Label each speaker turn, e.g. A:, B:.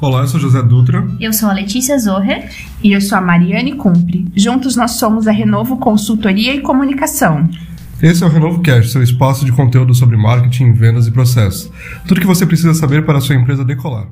A: Olá, eu sou José Dutra.
B: Eu sou a Letícia Zoher.
C: E eu sou a Mariane Cumpre. Juntos nós somos a Renovo Consultoria e Comunicação.
A: Esse é o Renovo Cash, seu espaço de conteúdo sobre marketing, vendas e processos. Tudo o que você precisa saber para a sua empresa decolar.